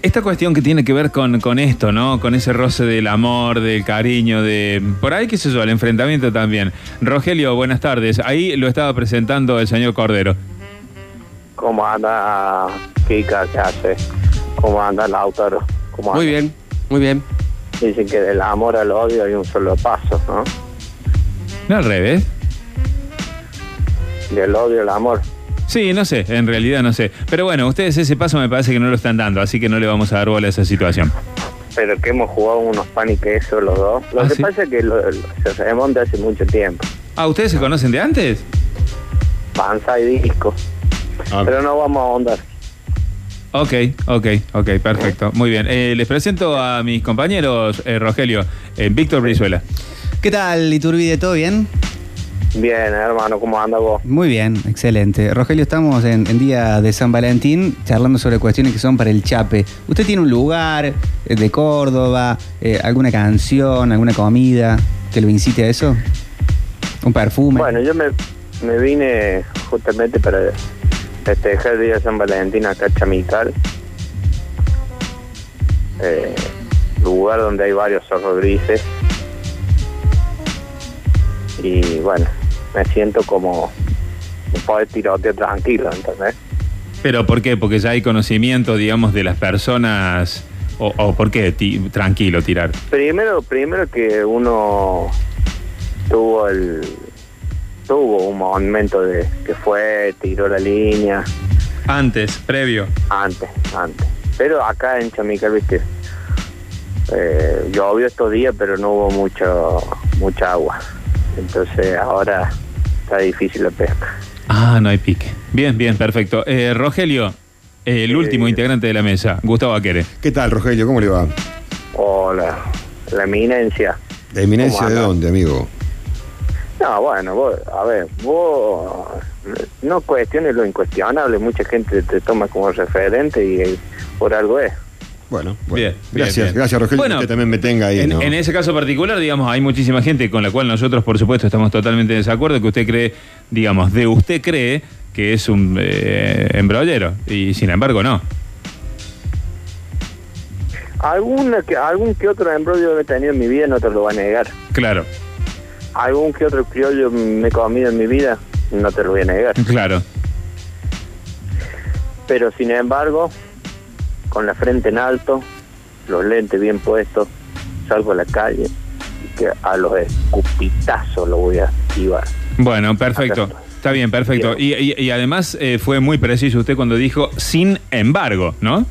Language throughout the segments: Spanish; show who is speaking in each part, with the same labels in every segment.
Speaker 1: esta cuestión que tiene que ver con, con esto, ¿no? Con ese roce del amor, del cariño, de. Por ahí, qué sé yo, el enfrentamiento también. Rogelio, buenas tardes. Ahí lo estaba presentando el señor Cordero.
Speaker 2: ¿Cómo anda Kika? ¿Qué hace? ¿Cómo anda Lautaro? ¿Cómo
Speaker 3: Muy
Speaker 2: anda?
Speaker 3: bien, muy bien.
Speaker 2: Dicen que del amor al odio hay un solo paso, ¿no?
Speaker 1: No al revés.
Speaker 2: Del odio al amor.
Speaker 1: Sí, no sé, en realidad no sé. Pero bueno, ustedes ese paso me parece que no lo están dando, así que no le vamos a dar bola a esa situación.
Speaker 2: Pero que hemos jugado unos pan y queso los dos. Lo
Speaker 1: Ah,
Speaker 2: que
Speaker 1: ¿sí?
Speaker 2: pasa es que lo- lo- se remonta hace mucho tiempo.
Speaker 1: Ah, ¿ustedes se conocen de antes?
Speaker 2: Panza y disco.
Speaker 1: Ah.
Speaker 2: Pero no vamos a ahondar.
Speaker 1: Ok, ok, ok, perfecto. Muy bien. Eh, les presento a mis compañeros, eh, Rogelio, eh, Víctor Brizuela.
Speaker 4: ¿Qué tal, Iturbide? ¿Todo bien?
Speaker 2: Bien, hermano, ¿cómo anda vos?
Speaker 4: Muy bien, excelente. Rogelio, estamos en, en día de San Valentín charlando sobre cuestiones que son para el chape. ¿Usted tiene un lugar eh, de Córdoba, eh, alguna canción, alguna comida que lo incite a eso? ¿Un perfume?
Speaker 2: Bueno, yo me, me vine justamente para festejar el día de San Valentín acá a Chamical. Eh, lugar donde hay varios zorros grises. Y bueno, me siento como un poder tiroteo tranquilo, ¿entendés?
Speaker 1: ¿Pero por qué? Porque ya hay conocimiento, digamos, de las personas. ¿O, o por qué? Ti- tranquilo, tirar.
Speaker 2: Primero, primero que uno tuvo el tuvo un momento de que fue, tiró la línea,
Speaker 1: Antes, previo.
Speaker 2: Antes, antes. Pero acá en Chamical, viste, eh, llovió estos días, pero no hubo mucho, mucha agua. Entonces ahora está difícil la pesca.
Speaker 1: Ah, no hay pique. Bien, bien, perfecto. Eh, Rogelio, eh, el último integrante de la mesa, Gustavo Aquere.
Speaker 5: ¿Qué tal, Rogelio? ¿Cómo le va?
Speaker 2: O la, la eminencia.
Speaker 5: ¿De eminencia
Speaker 2: ¿Cómo
Speaker 5: de
Speaker 2: anda?
Speaker 5: dónde, amigo?
Speaker 2: No, bueno, vos, a ver, vos no cuestiones lo incuestionable. Mucha gente te toma como referente y eh, por algo es.
Speaker 5: Bueno, bueno.
Speaker 1: Bien, bien,
Speaker 5: gracias,
Speaker 1: bien.
Speaker 5: gracias, Rogelio.
Speaker 1: Bueno,
Speaker 5: que también me tenga ahí.
Speaker 1: En,
Speaker 5: ¿no?
Speaker 1: en ese caso particular, digamos, hay muchísima gente con la cual nosotros, por supuesto, estamos totalmente en desacuerdo, que usted cree, digamos, de usted cree que es un eh, embrollero, y sin embargo no.
Speaker 2: Alguna que, algún que otro embrollo que he tenido en mi vida no te lo va a negar.
Speaker 1: Claro,
Speaker 2: algún que otro criollo me he comido en mi vida, no te lo voy a negar.
Speaker 1: claro.
Speaker 2: Pero sin embargo, con la frente en alto, los lentes bien puestos, salgo a la calle y que a los escupitazos lo voy a activar.
Speaker 1: Bueno, perfecto. Está bien, perfecto. Y, y- y además eh, fue muy preciso usted cuando dijo, sin embargo, ¿no?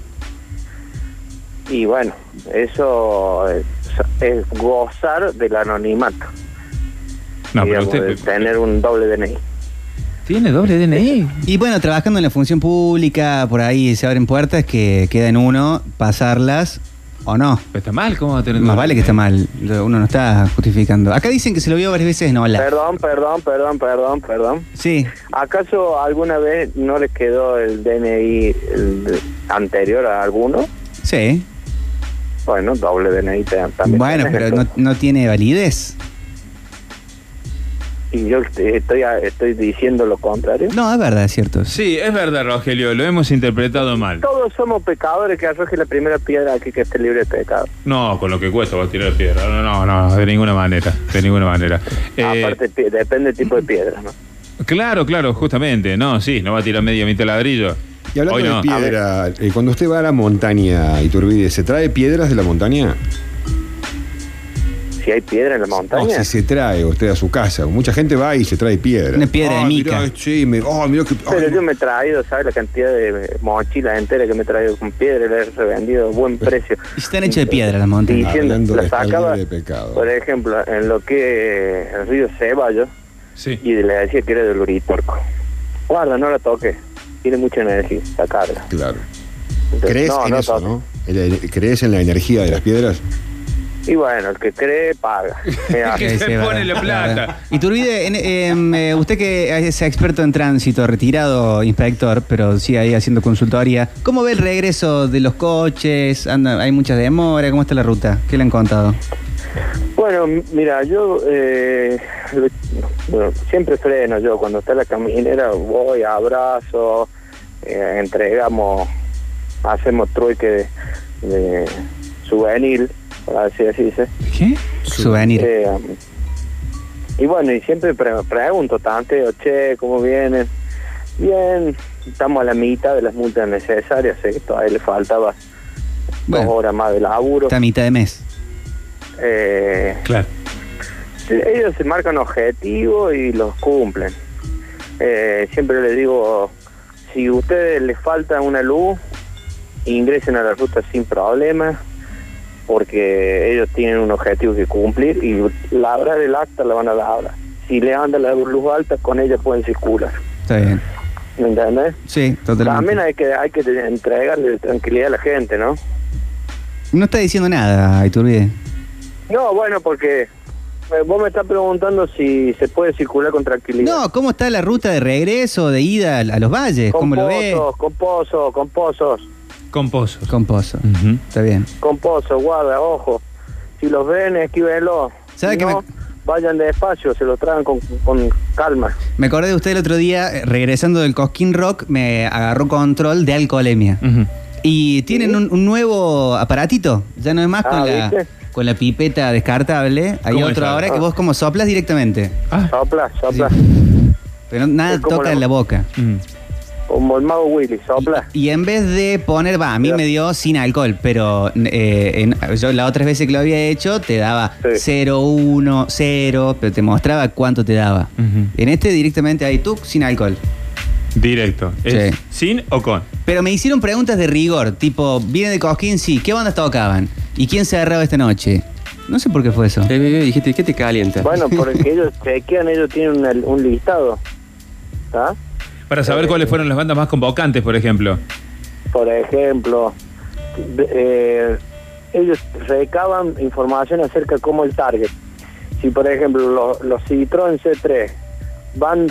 Speaker 2: Y bueno, eso es, es gozar del anonimato.
Speaker 1: No,
Speaker 2: digamos, de tener un doble DNI.
Speaker 1: tiene doble DNI.
Speaker 4: Y bueno, trabajando en la función pública, por ahí se abren puertas que queda en uno pasarlas o no.
Speaker 1: Está mal, ¿cómo va a tener
Speaker 4: Más
Speaker 1: doble
Speaker 4: vale que está mal, uno no está justificando. Acá dicen que se lo vio varias veces en Ola.
Speaker 2: Perdón, perdón, perdón, perdón, perdón.
Speaker 4: Sí,
Speaker 2: ¿Acaso alguna vez no les quedó el DNI el anterior a alguno?
Speaker 4: sí.
Speaker 2: Bueno, doble DNI te- también.
Speaker 4: Bueno,
Speaker 2: tenés,
Speaker 4: pero no,
Speaker 2: entonces.
Speaker 4: no tiene validez.
Speaker 2: Y yo te- estoy, a- estoy diciendo lo contrario.
Speaker 4: No, es verdad, es cierto.
Speaker 1: Sí, es verdad, Rogelio, lo hemos interpretado mal.
Speaker 2: Todos somos pecadores que arroje la primera piedra aquí que esté libre de pecado.
Speaker 1: No, con lo que cuesta vas a tirar piedra. No, no, no, de ninguna manera, de ninguna manera. Eh,
Speaker 2: Aparte, pi- depende del tipo de piedra, ¿no?
Speaker 1: Claro, claro, justamente. No, sí, no va a tirar medio mitad de ladrillo.
Speaker 5: Y hablando
Speaker 1: Hoy
Speaker 5: de
Speaker 1: no.
Speaker 5: piedra, eh, cuando usted va a la montaña Iturbide, ¿se trae piedras de la montaña?
Speaker 2: Si hay piedra en la
Speaker 5: No,
Speaker 2: montaña.
Speaker 5: Oh, si se trae usted a su casa. Mucha gente va y se trae piedra.
Speaker 4: Una piedra de
Speaker 5: Ah,
Speaker 4: mica.
Speaker 5: mirá, sí, me- oh, mirá que-
Speaker 2: Pero
Speaker 5: ay,
Speaker 2: yo me he traído, ¿sabes? La cantidad de mochilas enteras que me he traído con piedra, las he revendido a buen precio.
Speaker 4: Y Están hechos de piedra las montañas.
Speaker 2: Diciendo,
Speaker 5: Hablando
Speaker 2: la
Speaker 5: de estar
Speaker 2: sacaba,
Speaker 5: libre de pecado.
Speaker 2: por ejemplo, en lo que es el río Ceballos,
Speaker 1: Sí.
Speaker 2: y le decía que era del Uritorco. Guarda, no la toques. Tiene mucha energía, sacarla.
Speaker 5: Claro.
Speaker 2: Entonces,
Speaker 5: ¿Crees
Speaker 2: no,
Speaker 5: en
Speaker 2: no
Speaker 5: eso,
Speaker 2: toques.
Speaker 5: no? El- el- ¿Crees en la energía de las piedras?
Speaker 2: Y bueno, el que cree, paga. Mira,
Speaker 1: Que se
Speaker 4: es
Speaker 1: pone
Speaker 4: verdad,
Speaker 1: la
Speaker 4: es
Speaker 1: plata.
Speaker 4: verdad. Iturbide, en- em, eh, usted que es experto en tránsito, retirado inspector, pero sigue ahí haciendo consultoría, ¿cómo ve el regreso de los coches? Anda, ¿Hay muchas demoras? ¿Cómo está la ruta? ¿Qué le han contado?
Speaker 2: bueno, m- mira, yo eh, lo- bueno, siempre freno yo. Cuando está la caminera voy, abrazo, eh, entregamos hacemos trueque de, de souvenir, así, así dice.
Speaker 1: ¿Qué?
Speaker 4: Souvenir.
Speaker 2: Eh, um, y bueno, y siempre pre- pregunto tanteo, che, ¿cómo vienen? Bien, estamos a la mitad de las multas necesarias, sé que todavía le faltaba
Speaker 4: Bueno.
Speaker 2: dos horas más de laburo.
Speaker 4: Está a mitad de mes.
Speaker 2: Eh,
Speaker 1: Claro.
Speaker 2: ellos se marcan objetivos y los cumplen. Eh, siempre les digo, si a ustedes les falta una luz, ingresen a la ruta sin problema, porque ellos tienen un objetivo que cumplir y labrar el acta la van a labrar. Si le anda la luz alta, con ella pueden circular.
Speaker 4: Está bien.
Speaker 2: ¿Me entendés?
Speaker 4: Sí, totalmente.
Speaker 2: También hay que, hay que entregarle tranquilidad a la gente, ¿no?
Speaker 4: No está diciendo nada, Iturbide.
Speaker 2: No, bueno, porque eh, vos me estás preguntando si se puede circular con tranquilidad.
Speaker 4: No, ¿cómo está la ruta de regreso, de ida a los valles?
Speaker 2: con
Speaker 4: ¿Cómo lo ves?
Speaker 2: pozos, con pozos, con pozos,
Speaker 1: Con pozos.
Speaker 4: Con pozo.
Speaker 1: Ujú.
Speaker 4: Está bien.
Speaker 2: con pozos, guarda, ojo. Si los ven, esquívenlo.
Speaker 4: ¿Sabe
Speaker 2: Si
Speaker 4: que
Speaker 2: no,
Speaker 4: me-
Speaker 2: vayan despacio, se lo tragan con, con calma.
Speaker 4: Me acordé de usted el otro día, eh, regresando del Cosquín Rock, me agarró control de alcoholemia.
Speaker 1: Ujú.
Speaker 4: Y tienen un, un nuevo aparatito. Ya no es más
Speaker 2: Ah,
Speaker 4: con, la,
Speaker 2: ¿viste?
Speaker 4: con la pipeta descartable. Hay
Speaker 1: ¿Cómo
Speaker 4: otro
Speaker 1: es?
Speaker 4: ahora que
Speaker 2: Ah.
Speaker 4: vos como soplas directamente.
Speaker 1: Ah.
Speaker 2: Sopla, sopla.
Speaker 4: Pero nada
Speaker 2: Es como
Speaker 4: toca
Speaker 2: la-
Speaker 4: en la boca.
Speaker 1: Mm.
Speaker 2: Como el mago Willy, sopla.
Speaker 4: Y, y en vez de poner, va, a mí
Speaker 2: Ya.
Speaker 4: me dio sin alcohol, pero eh, en- yo las otras veces que lo había hecho te daba
Speaker 2: Sí.
Speaker 4: 0,1, 0, pero te mostraba cuánto te daba.
Speaker 1: Ujú.
Speaker 4: En este directamente hay tú sin alcohol.
Speaker 1: Directo. ¿Es
Speaker 4: Sí.
Speaker 1: ¿Sin o con?
Speaker 4: Pero me hicieron preguntas de rigor, tipo, viene de Cosquín, sí, ¿qué bandas tocaban? ¿Y quién se agarraba esta noche? No sé por qué fue eso.
Speaker 3: Eh, eh, eh, dijiste, ¿qué te calienta?
Speaker 2: Bueno, porque ellos chequean, ellos tienen una- un listado. ¿Está?
Speaker 1: Para saber cuáles fueron las bandas más convocantes, por ejemplo.
Speaker 2: Por ejemplo, de- eh, ellos recaban información acerca de cómo el target. Si, por ejemplo, lo- los Citroën C3 van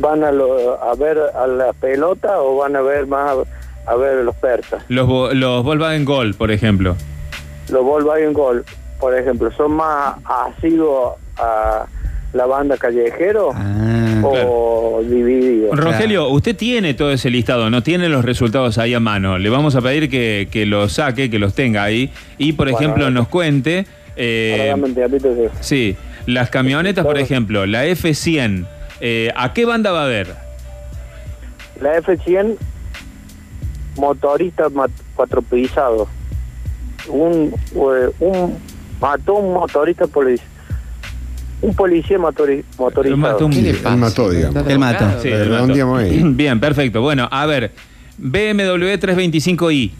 Speaker 2: van a, lo- a ver a la pelota o van a ver más a, a ver a los persas.
Speaker 1: Los, vo- los Volkswagen Gol, por ejemplo.
Speaker 2: Los Volkswagen Gol, por ejemplo, son más asiduos a la banda callejero
Speaker 4: Ah,
Speaker 2: Oh. o divididos.
Speaker 1: Rogelio, usted tiene todo ese listado, no tiene los resultados ahí a mano. Le vamos a pedir que, que los saque, que los tenga ahí y, por
Speaker 2: Bueno,
Speaker 1: ejemplo,
Speaker 2: dale.
Speaker 1: nos cuente. eh,
Speaker 2: Ahora dame un tiempito que-
Speaker 1: sí, las camionetas, por ejemplo, la F100. eh, ¿A qué banda va a ver?
Speaker 2: La F100 motorista mat- cuatropillado. Un, eh, un mató un motorista policía. Un policía motori-
Speaker 1: Mató
Speaker 2: motorizado.
Speaker 1: un-
Speaker 3: ¿Qué le
Speaker 5: Él
Speaker 3: pasa?
Speaker 5: mató, digamos.
Speaker 3: ¿Estás
Speaker 4: Él mató.
Speaker 3: drogado?
Speaker 1: Sí,
Speaker 5: Pero
Speaker 1: el
Speaker 5: no,
Speaker 1: rato.
Speaker 5: digamos ahí.
Speaker 1: Bien, perfecto. Bueno, a ver, BMW 325i.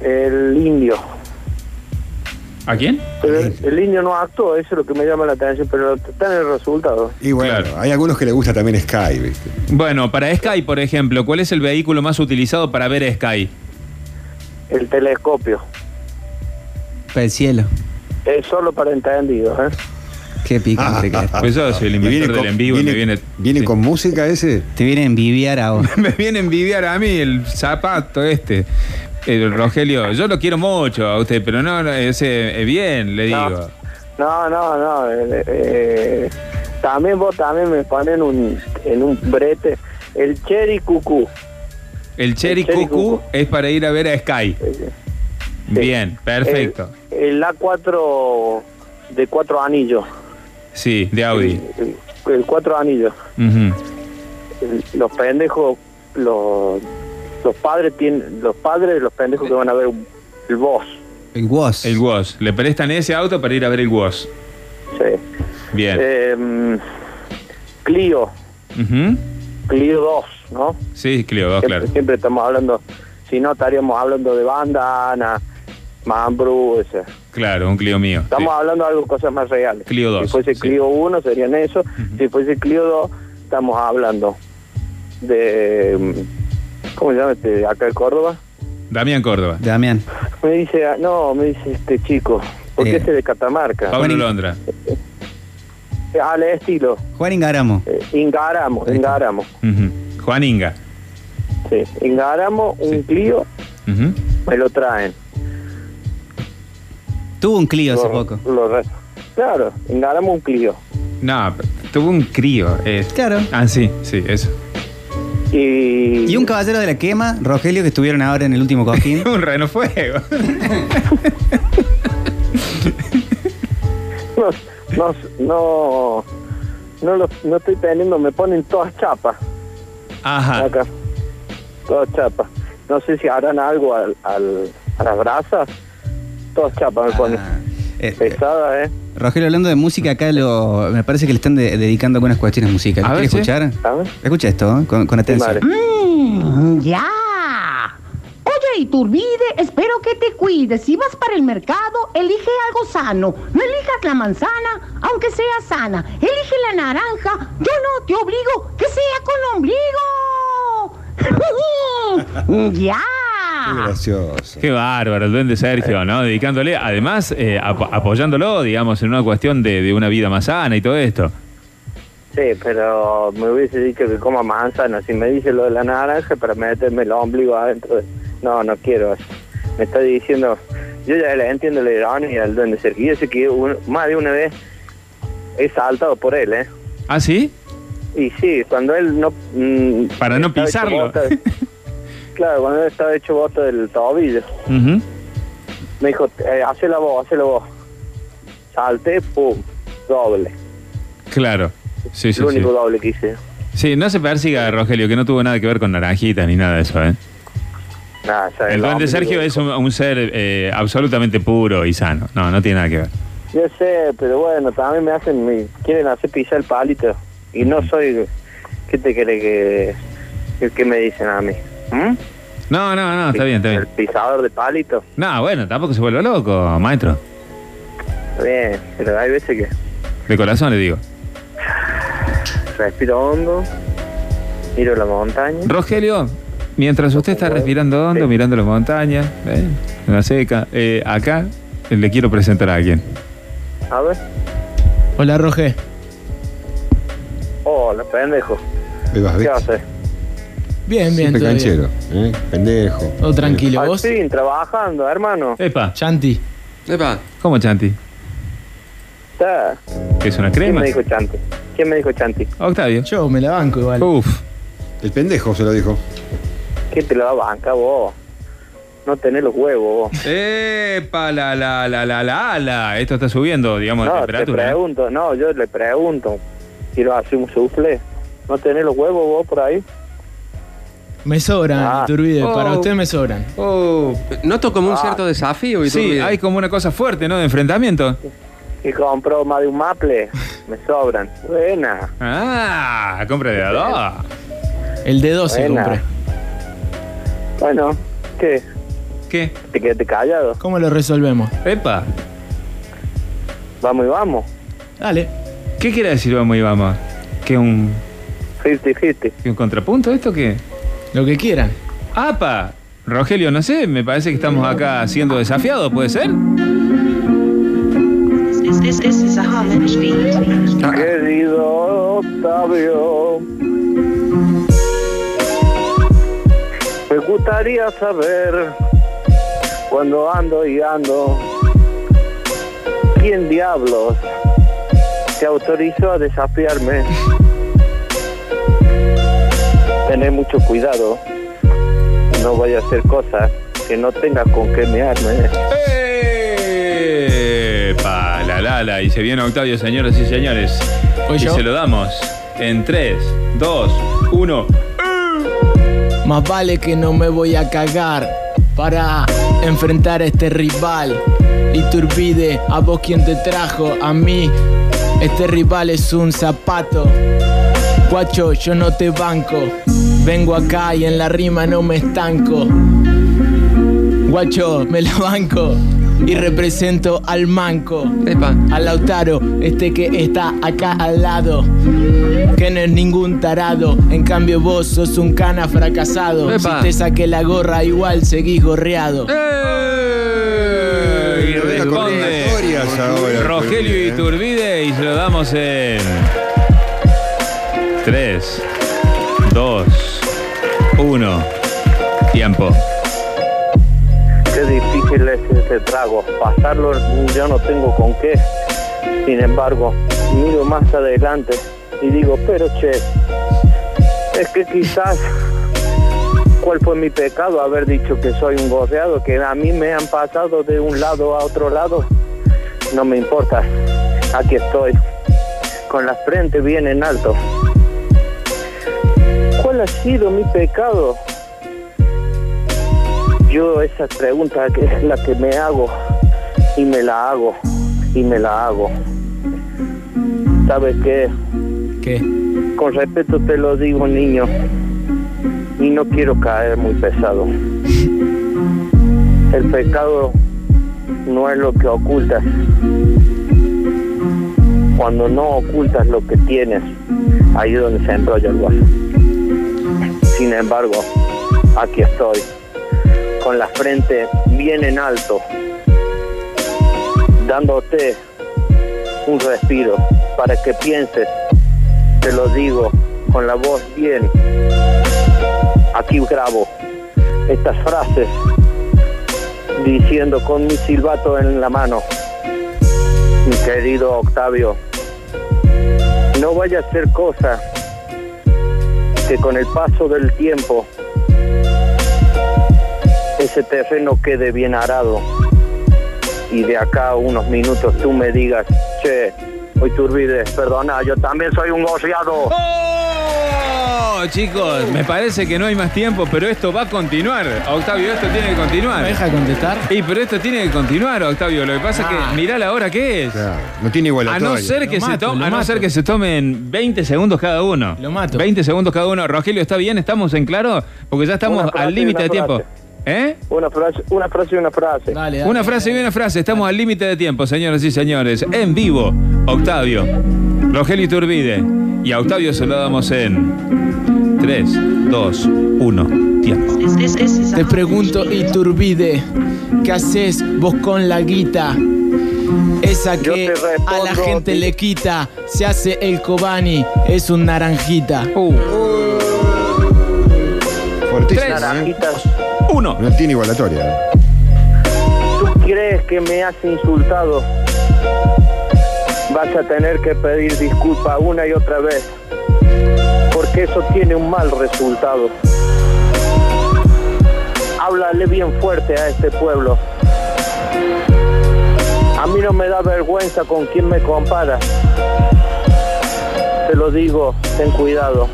Speaker 2: El indio.
Speaker 1: ¿A quién?
Speaker 2: Pero el, el indio no actuó, eso es lo que me llama la atención, pero está en el resultado.
Speaker 5: Y bueno,
Speaker 1: Claro.
Speaker 5: hay algunos que le gusta también Sky, ¿viste?
Speaker 1: Bueno, para Sky, por ejemplo, ¿cuál es el vehículo más utilizado para ver a Sky?
Speaker 2: El telescopio.
Speaker 4: para el cielo.
Speaker 2: Es solo para entendidos, ¿eh?
Speaker 4: Qué picante que es.
Speaker 1: Pues yo soy el
Speaker 5: Y
Speaker 1: inventor
Speaker 5: Ah, viene
Speaker 1: del
Speaker 5: con-
Speaker 1: en vivo y
Speaker 5: viene-
Speaker 1: me viene.
Speaker 5: ¿Viene
Speaker 1: sí.
Speaker 5: con música ese?
Speaker 4: Te viene a envidiar a vos.
Speaker 1: me viene a envidiar a mí el zapato este. El Rogelio, yo lo quiero mucho a usted, pero no, no, ese, eh, bien, le
Speaker 2: No.
Speaker 1: digo.
Speaker 2: No, no, no. eh, eh, también vos también me ponen un, en un brete. El Cherry Cucú.
Speaker 1: El Cherry
Speaker 2: El Cherry
Speaker 1: Cuckoo
Speaker 2: Cuckoo.
Speaker 1: es para ir a ver a Sky. Bien, perfecto.
Speaker 2: El, el A4 de cuatro anillos.
Speaker 1: Sí, de Audi.
Speaker 2: El, el cuatro anillos.
Speaker 1: Ujú.
Speaker 2: El- los pendejos, los, los padres tienen, los padres de los pendejos que van a ver un- el boss.
Speaker 4: El Woz.
Speaker 1: El WOS. Le prestan ese auto para ir a ver el WOS.
Speaker 2: Sí.
Speaker 1: Bien.
Speaker 2: Em, Clio,
Speaker 1: Ujú.
Speaker 2: Clio 2, ¿no?
Speaker 1: Sí, Clio, dos,
Speaker 2: Siempre,
Speaker 1: Oh, claro.
Speaker 2: siempre estamos hablando, si no estaríamos hablando de bandana, Mambru, ese.
Speaker 1: Claro, un Clio mío.
Speaker 2: Estamos hablando de algo, cosas más reales.
Speaker 1: Clio 2,
Speaker 2: Si fuese
Speaker 1: sí.
Speaker 2: Clio 1 serían eso. Si fuese Clio 2 estamos hablando de... mm, ¿Cómo se llama este? Acá de Córdoba.
Speaker 1: Sí. Damián Córdoba.
Speaker 4: Damián.
Speaker 2: Me dice, ah, no, me dice este chico, porque
Speaker 4: Eh.
Speaker 2: este de Catamarca. Eh,
Speaker 1: Pablo
Speaker 4: Bueno, y-
Speaker 1: Londra.
Speaker 2: Al estilo,
Speaker 4: Juan Ingaramo.
Speaker 2: eh, Ingaramo,
Speaker 4: Ahí está.
Speaker 2: Ingaramo.
Speaker 1: Ujú. Juan Inga.
Speaker 2: Sí, Ingaramo, un
Speaker 1: Sí.
Speaker 2: Clio,
Speaker 1: Ujú.
Speaker 2: me lo traen.
Speaker 4: Tuvo un Clio hace
Speaker 2: Lo-
Speaker 4: poco.
Speaker 2: lo re- claro, Ingaramo, un Clio.
Speaker 1: No, tuvo un crío. eh.
Speaker 4: Claro.
Speaker 1: Ah, sí, sí, eso.
Speaker 2: Y,
Speaker 4: Y un caballero de la quema, Rogelio, que estuvieron ahora en el último cojín.
Speaker 1: Un reno fuego.
Speaker 2: no, no, no, no, lo- no estoy teniendo, me ponen todas chapas
Speaker 4: Ah.
Speaker 1: Ajá.
Speaker 2: acá. Todas chapas. No sé si harán algo al, al- a las brasas. Todas chapas me ponen.
Speaker 4: Ah, eh, eh,
Speaker 2: Pesadas, ¿eh?
Speaker 4: Rogelio, hablando de música, acá lo, me parece que le están de- dedicando algunas cuestiones musicales.
Speaker 1: A ver,
Speaker 4: ¿Quieres
Speaker 1: sí.
Speaker 4: escuchar?
Speaker 2: A ver.
Speaker 4: Escucha esto, ¿eh? con, con
Speaker 2: Sí,
Speaker 4: atención.
Speaker 2: ¿Ah? madre.
Speaker 3: Mm, ya. Oye, Iturbide, espero que te cuides. Si vas para el mercado, elige algo sano. No elijas la manzana, aunque sea sana. Elige la naranja. Yo no te obligo que sea con ombligo. ya.
Speaker 5: Qué
Speaker 2: Ah.
Speaker 5: gracioso.
Speaker 1: Qué bárbaro, el duende Sergio, ¿no? Dedicándole, además, eh, apo- apoyándolo, digamos, en una cuestión de, de una vida más sana y todo esto.
Speaker 2: Sí, pero me hubiese dicho que coma manzana. Si me dice lo de la naranja para meterme el ombligo adentro. de- No, no quiero eso. Me está diciendo... Yo ya le entiendo la ironía al duende Sergio. Yo sé que un- más de una vez he saltado por él, ¿eh?
Speaker 1: ¿Ah, sí?
Speaker 2: Y sí, cuando él no... mm,
Speaker 1: Para no
Speaker 2: estaba hecho
Speaker 1: pisarlo.
Speaker 2: bosta de- claro, cuando él estaba hecho voto del tobillo.
Speaker 1: Ujú.
Speaker 2: Me dijo, eh, hacela vos, hacela vos. Salté, pum, doble.
Speaker 1: Claro. Sí, sí,
Speaker 2: Lo
Speaker 1: sí.
Speaker 2: único doble que hice.
Speaker 1: Sí, no se persiga, Rogelio, que no tuvo nada que ver con naranjitas ni nada de eso, ¿eh?
Speaker 2: Nada, o sea,
Speaker 1: El duende
Speaker 2: ombligo-
Speaker 1: Sergio es un, un ser eh, absolutamente puro y sano. No, no tiene nada que ver.
Speaker 2: Yo sé, pero bueno, también me hacen, me quieren hacer pisar el palito. Y no soy, ¿qué te cree que, que, que me dicen a mí? ¿Mm?
Speaker 1: No, no, no, está bien, está
Speaker 2: El
Speaker 1: bien.
Speaker 2: pisador de palito.
Speaker 1: No, bueno, tampoco se vuelva loco, maestro.
Speaker 2: Está bien, pero hay veces que...
Speaker 1: De corazón le digo.
Speaker 2: Respiro hondo, miro la montaña.
Speaker 1: Rogelio, mientras usted está respirando hondo,
Speaker 2: Sí.
Speaker 1: mirando las montañas, ¿eh? en la seca, eh, acá le quiero presentar a alguien.
Speaker 2: A ver.
Speaker 6: Hola, Roge.
Speaker 2: Hola, pendejo.
Speaker 5: Bebas
Speaker 2: ¿Qué
Speaker 5: Bex.
Speaker 2: haces?
Speaker 6: Bien, bien.
Speaker 5: Siempre
Speaker 6: todo bien. Oh,
Speaker 5: canchero. ¿eh? Pendejo.
Speaker 6: Todo tranquilo.
Speaker 2: Al
Speaker 6: ¿Vos?
Speaker 2: fin, trabajando, hermano.
Speaker 1: Epa,
Speaker 6: Chanti.
Speaker 7: Epa,
Speaker 1: ¿cómo Chanti?
Speaker 2: Está.
Speaker 1: ¿Que es una
Speaker 2: ¿Quién
Speaker 1: crema?
Speaker 2: me dijo Chanti? ¿Quién me dijo Chanti?
Speaker 1: Octavio.
Speaker 6: Yo me la banco igual.
Speaker 2: Uh.
Speaker 1: Uf,
Speaker 5: El pendejo se lo dijo.
Speaker 2: ¿Quién te lo da banca vos? No tenés los huevos vos.
Speaker 1: epa, la, la, la, la, la, la. Esto está subiendo, digamos, la
Speaker 2: No, te
Speaker 1: temperatura. ¿eh?
Speaker 2: pregunto, no, yo le pregunto. Quiero hacer un sufle. ¿No tenés los huevos vos por ahí?
Speaker 6: Me sobran,
Speaker 2: Ah.
Speaker 6: Iturbide.
Speaker 1: Oh.
Speaker 6: Para usted me sobran.
Speaker 1: Oh,
Speaker 7: noto como un cierto desafío.
Speaker 1: sí,
Speaker 7: Iturbide.
Speaker 1: hay como una cosa fuerte, ¿no? De enfrentamiento.
Speaker 2: Que compró más de un maple. Me sobran. Buena.
Speaker 1: Ah, compra de a dos.
Speaker 6: El de 12
Speaker 2: Buena.
Speaker 6: compré.
Speaker 2: Bueno, ¿qué?
Speaker 1: ¿Qué?
Speaker 2: ¿Te quedaste callado?
Speaker 6: ¿Cómo lo resolvemos?
Speaker 1: Epa,
Speaker 2: Vamos y vamos.
Speaker 6: Dale.
Speaker 1: ¿qué quiere decir vamos y vamos? ¿Que un,
Speaker 2: 50-50.
Speaker 1: que un contrapunto esto? ¿Qué?
Speaker 6: Lo que quieran.
Speaker 1: ¡Apa! Rogelio, no sé, me parece que estamos acá siendo desafiados, ¿puede ser?
Speaker 8: This, this, this is a homage beat.
Speaker 2: Querido Octavio, me gustaría saber cuando ando y ando, ¿quién diablos te autorizó a desafiarme? Tener mucho cuidado, no vaya a hacer cosas que no tenga con qué mearme.
Speaker 1: ¡Epa! La la la, y se viene Octavio, señoras y señores.
Speaker 6: ¿Voy
Speaker 1: y
Speaker 6: yo?
Speaker 1: se lo damos en 3, 2, 1.
Speaker 6: Más vale que no me voy a cagar para enfrentar a este rival. Iturbide, a vos quien te trajo, a mí. Este rival es un zapato. Guacho, yo no te banco. Vengo acá y en la rima no me estanco. Guacho, me la banco y represento al manco.
Speaker 7: Epa.
Speaker 6: A Lautaro, este que está acá al lado. Que no es ningún tarado. En cambio, vos sos un cana fracasado.
Speaker 7: Epa.
Speaker 6: Si te saqué la gorra, igual seguís gorreado.
Speaker 1: ¡Eh! Y
Speaker 5: Venga con
Speaker 1: responde
Speaker 5: historias ahora,
Speaker 1: Rogelio
Speaker 5: Iturbide, ¿eh?
Speaker 1: Iturbide y se lo damos en 3, 2, 1. Tiempo.
Speaker 2: Qué difícil es este trago. Pasarlo yo no tengo con qué. Sin embargo, miro más adelante y digo, pero che, es que quizás ¿Cuál fue mi pecado? Haber dicho que soy un gorreado, que a mí me han pasado de un lado a otro lado. No me importa. Aquí estoy. Con la frente bien en alto. ¿Cuál ha sido mi pecado? Yo esa pregunta que es la que me hago y me la hago y me la hago. ¿Sabes qué?
Speaker 6: ¿Qué?
Speaker 2: Con respeto te lo digo, niño. Y no quiero caer muy pesado. El pecado no es lo que ocultas. Cuando no ocultas lo que tienes, ahí es donde se enrolla el guaso. Sin embargo, aquí estoy, con la frente bien en alto, dándote un respiro para que pienses, te lo digo con la voz bien. Aquí grabo estas frases diciendo con mi silbato en la mano, mi querido Octavio, no vaya a ser cosa que con el paso del tiempo ese terreno quede bien arado y de acá a unos minutos tú me digas, che, hoy Turbide, perdona, yo también soy un gorriado.
Speaker 1: ¡Oh! Chicos, me parece que no hay más tiempo, pero esto va a continuar. Octavio, esto tiene que
Speaker 6: ¿Me
Speaker 1: continuar.
Speaker 6: deja contestar?
Speaker 1: Y pero esto tiene que continuar, Octavio. Lo que pasa es que mirá la hora que es.
Speaker 5: Claro, no tiene
Speaker 1: A
Speaker 5: igualatoria.
Speaker 1: no, ser que
Speaker 6: Ah. Lo
Speaker 1: se
Speaker 6: mato,
Speaker 1: to-
Speaker 6: lo
Speaker 1: a no
Speaker 6: mato.
Speaker 1: ser que se tomen 20 segundos cada uno.
Speaker 6: Lo mato.
Speaker 1: 20 segundos cada uno. Rogelio, ¿está bien? ¿Estamos en claro? Porque ya estamos
Speaker 2: Una frase
Speaker 1: al
Speaker 2: y
Speaker 1: límite
Speaker 2: una
Speaker 1: de tiempo. ¿Eh?
Speaker 2: Una frase, una frase y una frase.
Speaker 6: Dale, dale.
Speaker 1: Una frase y una frase. Estamos al límite de tiempo, señoras y señores. En vivo, Octavio, Rogelio Turbide. Y a Octavio se lo damos en 3, 2, 1, tiempo.
Speaker 8: This, this, this is
Speaker 6: Te
Speaker 8: 100
Speaker 6: pregunto,
Speaker 8: speed.
Speaker 6: Iturbide, ¿qué haces vos con la guita? Esa
Speaker 2: Yo
Speaker 6: que
Speaker 2: te respondo,
Speaker 6: a la gente
Speaker 2: sí.
Speaker 6: le quita, se hace el Kobani, es un naranjita.
Speaker 1: Uh,
Speaker 5: Fuertísimo, ¿eh?
Speaker 2: Naranjitas,
Speaker 1: 1.
Speaker 5: No tiene igualatoria. ¿eh?
Speaker 2: ¿tú crees que me has insultado? Vas a tener que pedir disculpa una y otra vez, porque eso tiene un mal resultado. Háblale bien fuerte a este pueblo. A mí no me da vergüenza con quien me compara. Te lo digo, ten cuidado.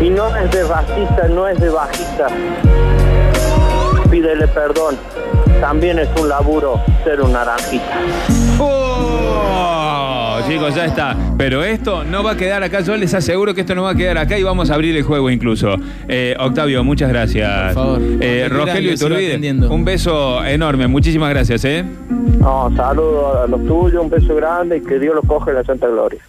Speaker 2: Y no es de racista, no es de bajista. Pídele perdón. También es un laburo ser un naranjita.
Speaker 1: ¡Oh! Chicos, ya está. Pero esto no va a quedar acá. Yo les aseguro que esto no va a quedar acá y vamos a abrir el juego incluso. Eh, Octavio, muchas gracias.
Speaker 6: Por favor.
Speaker 1: Eh, Rogelio
Speaker 6: Cuando quieran, yo sigo
Speaker 1: Iturbide,
Speaker 6: atendiendo.
Speaker 1: un beso enorme. Muchísimas gracias, ¿eh?
Speaker 2: No, saludos a los tuyos, un beso grande y que Dios los coge en la Santa Gloria.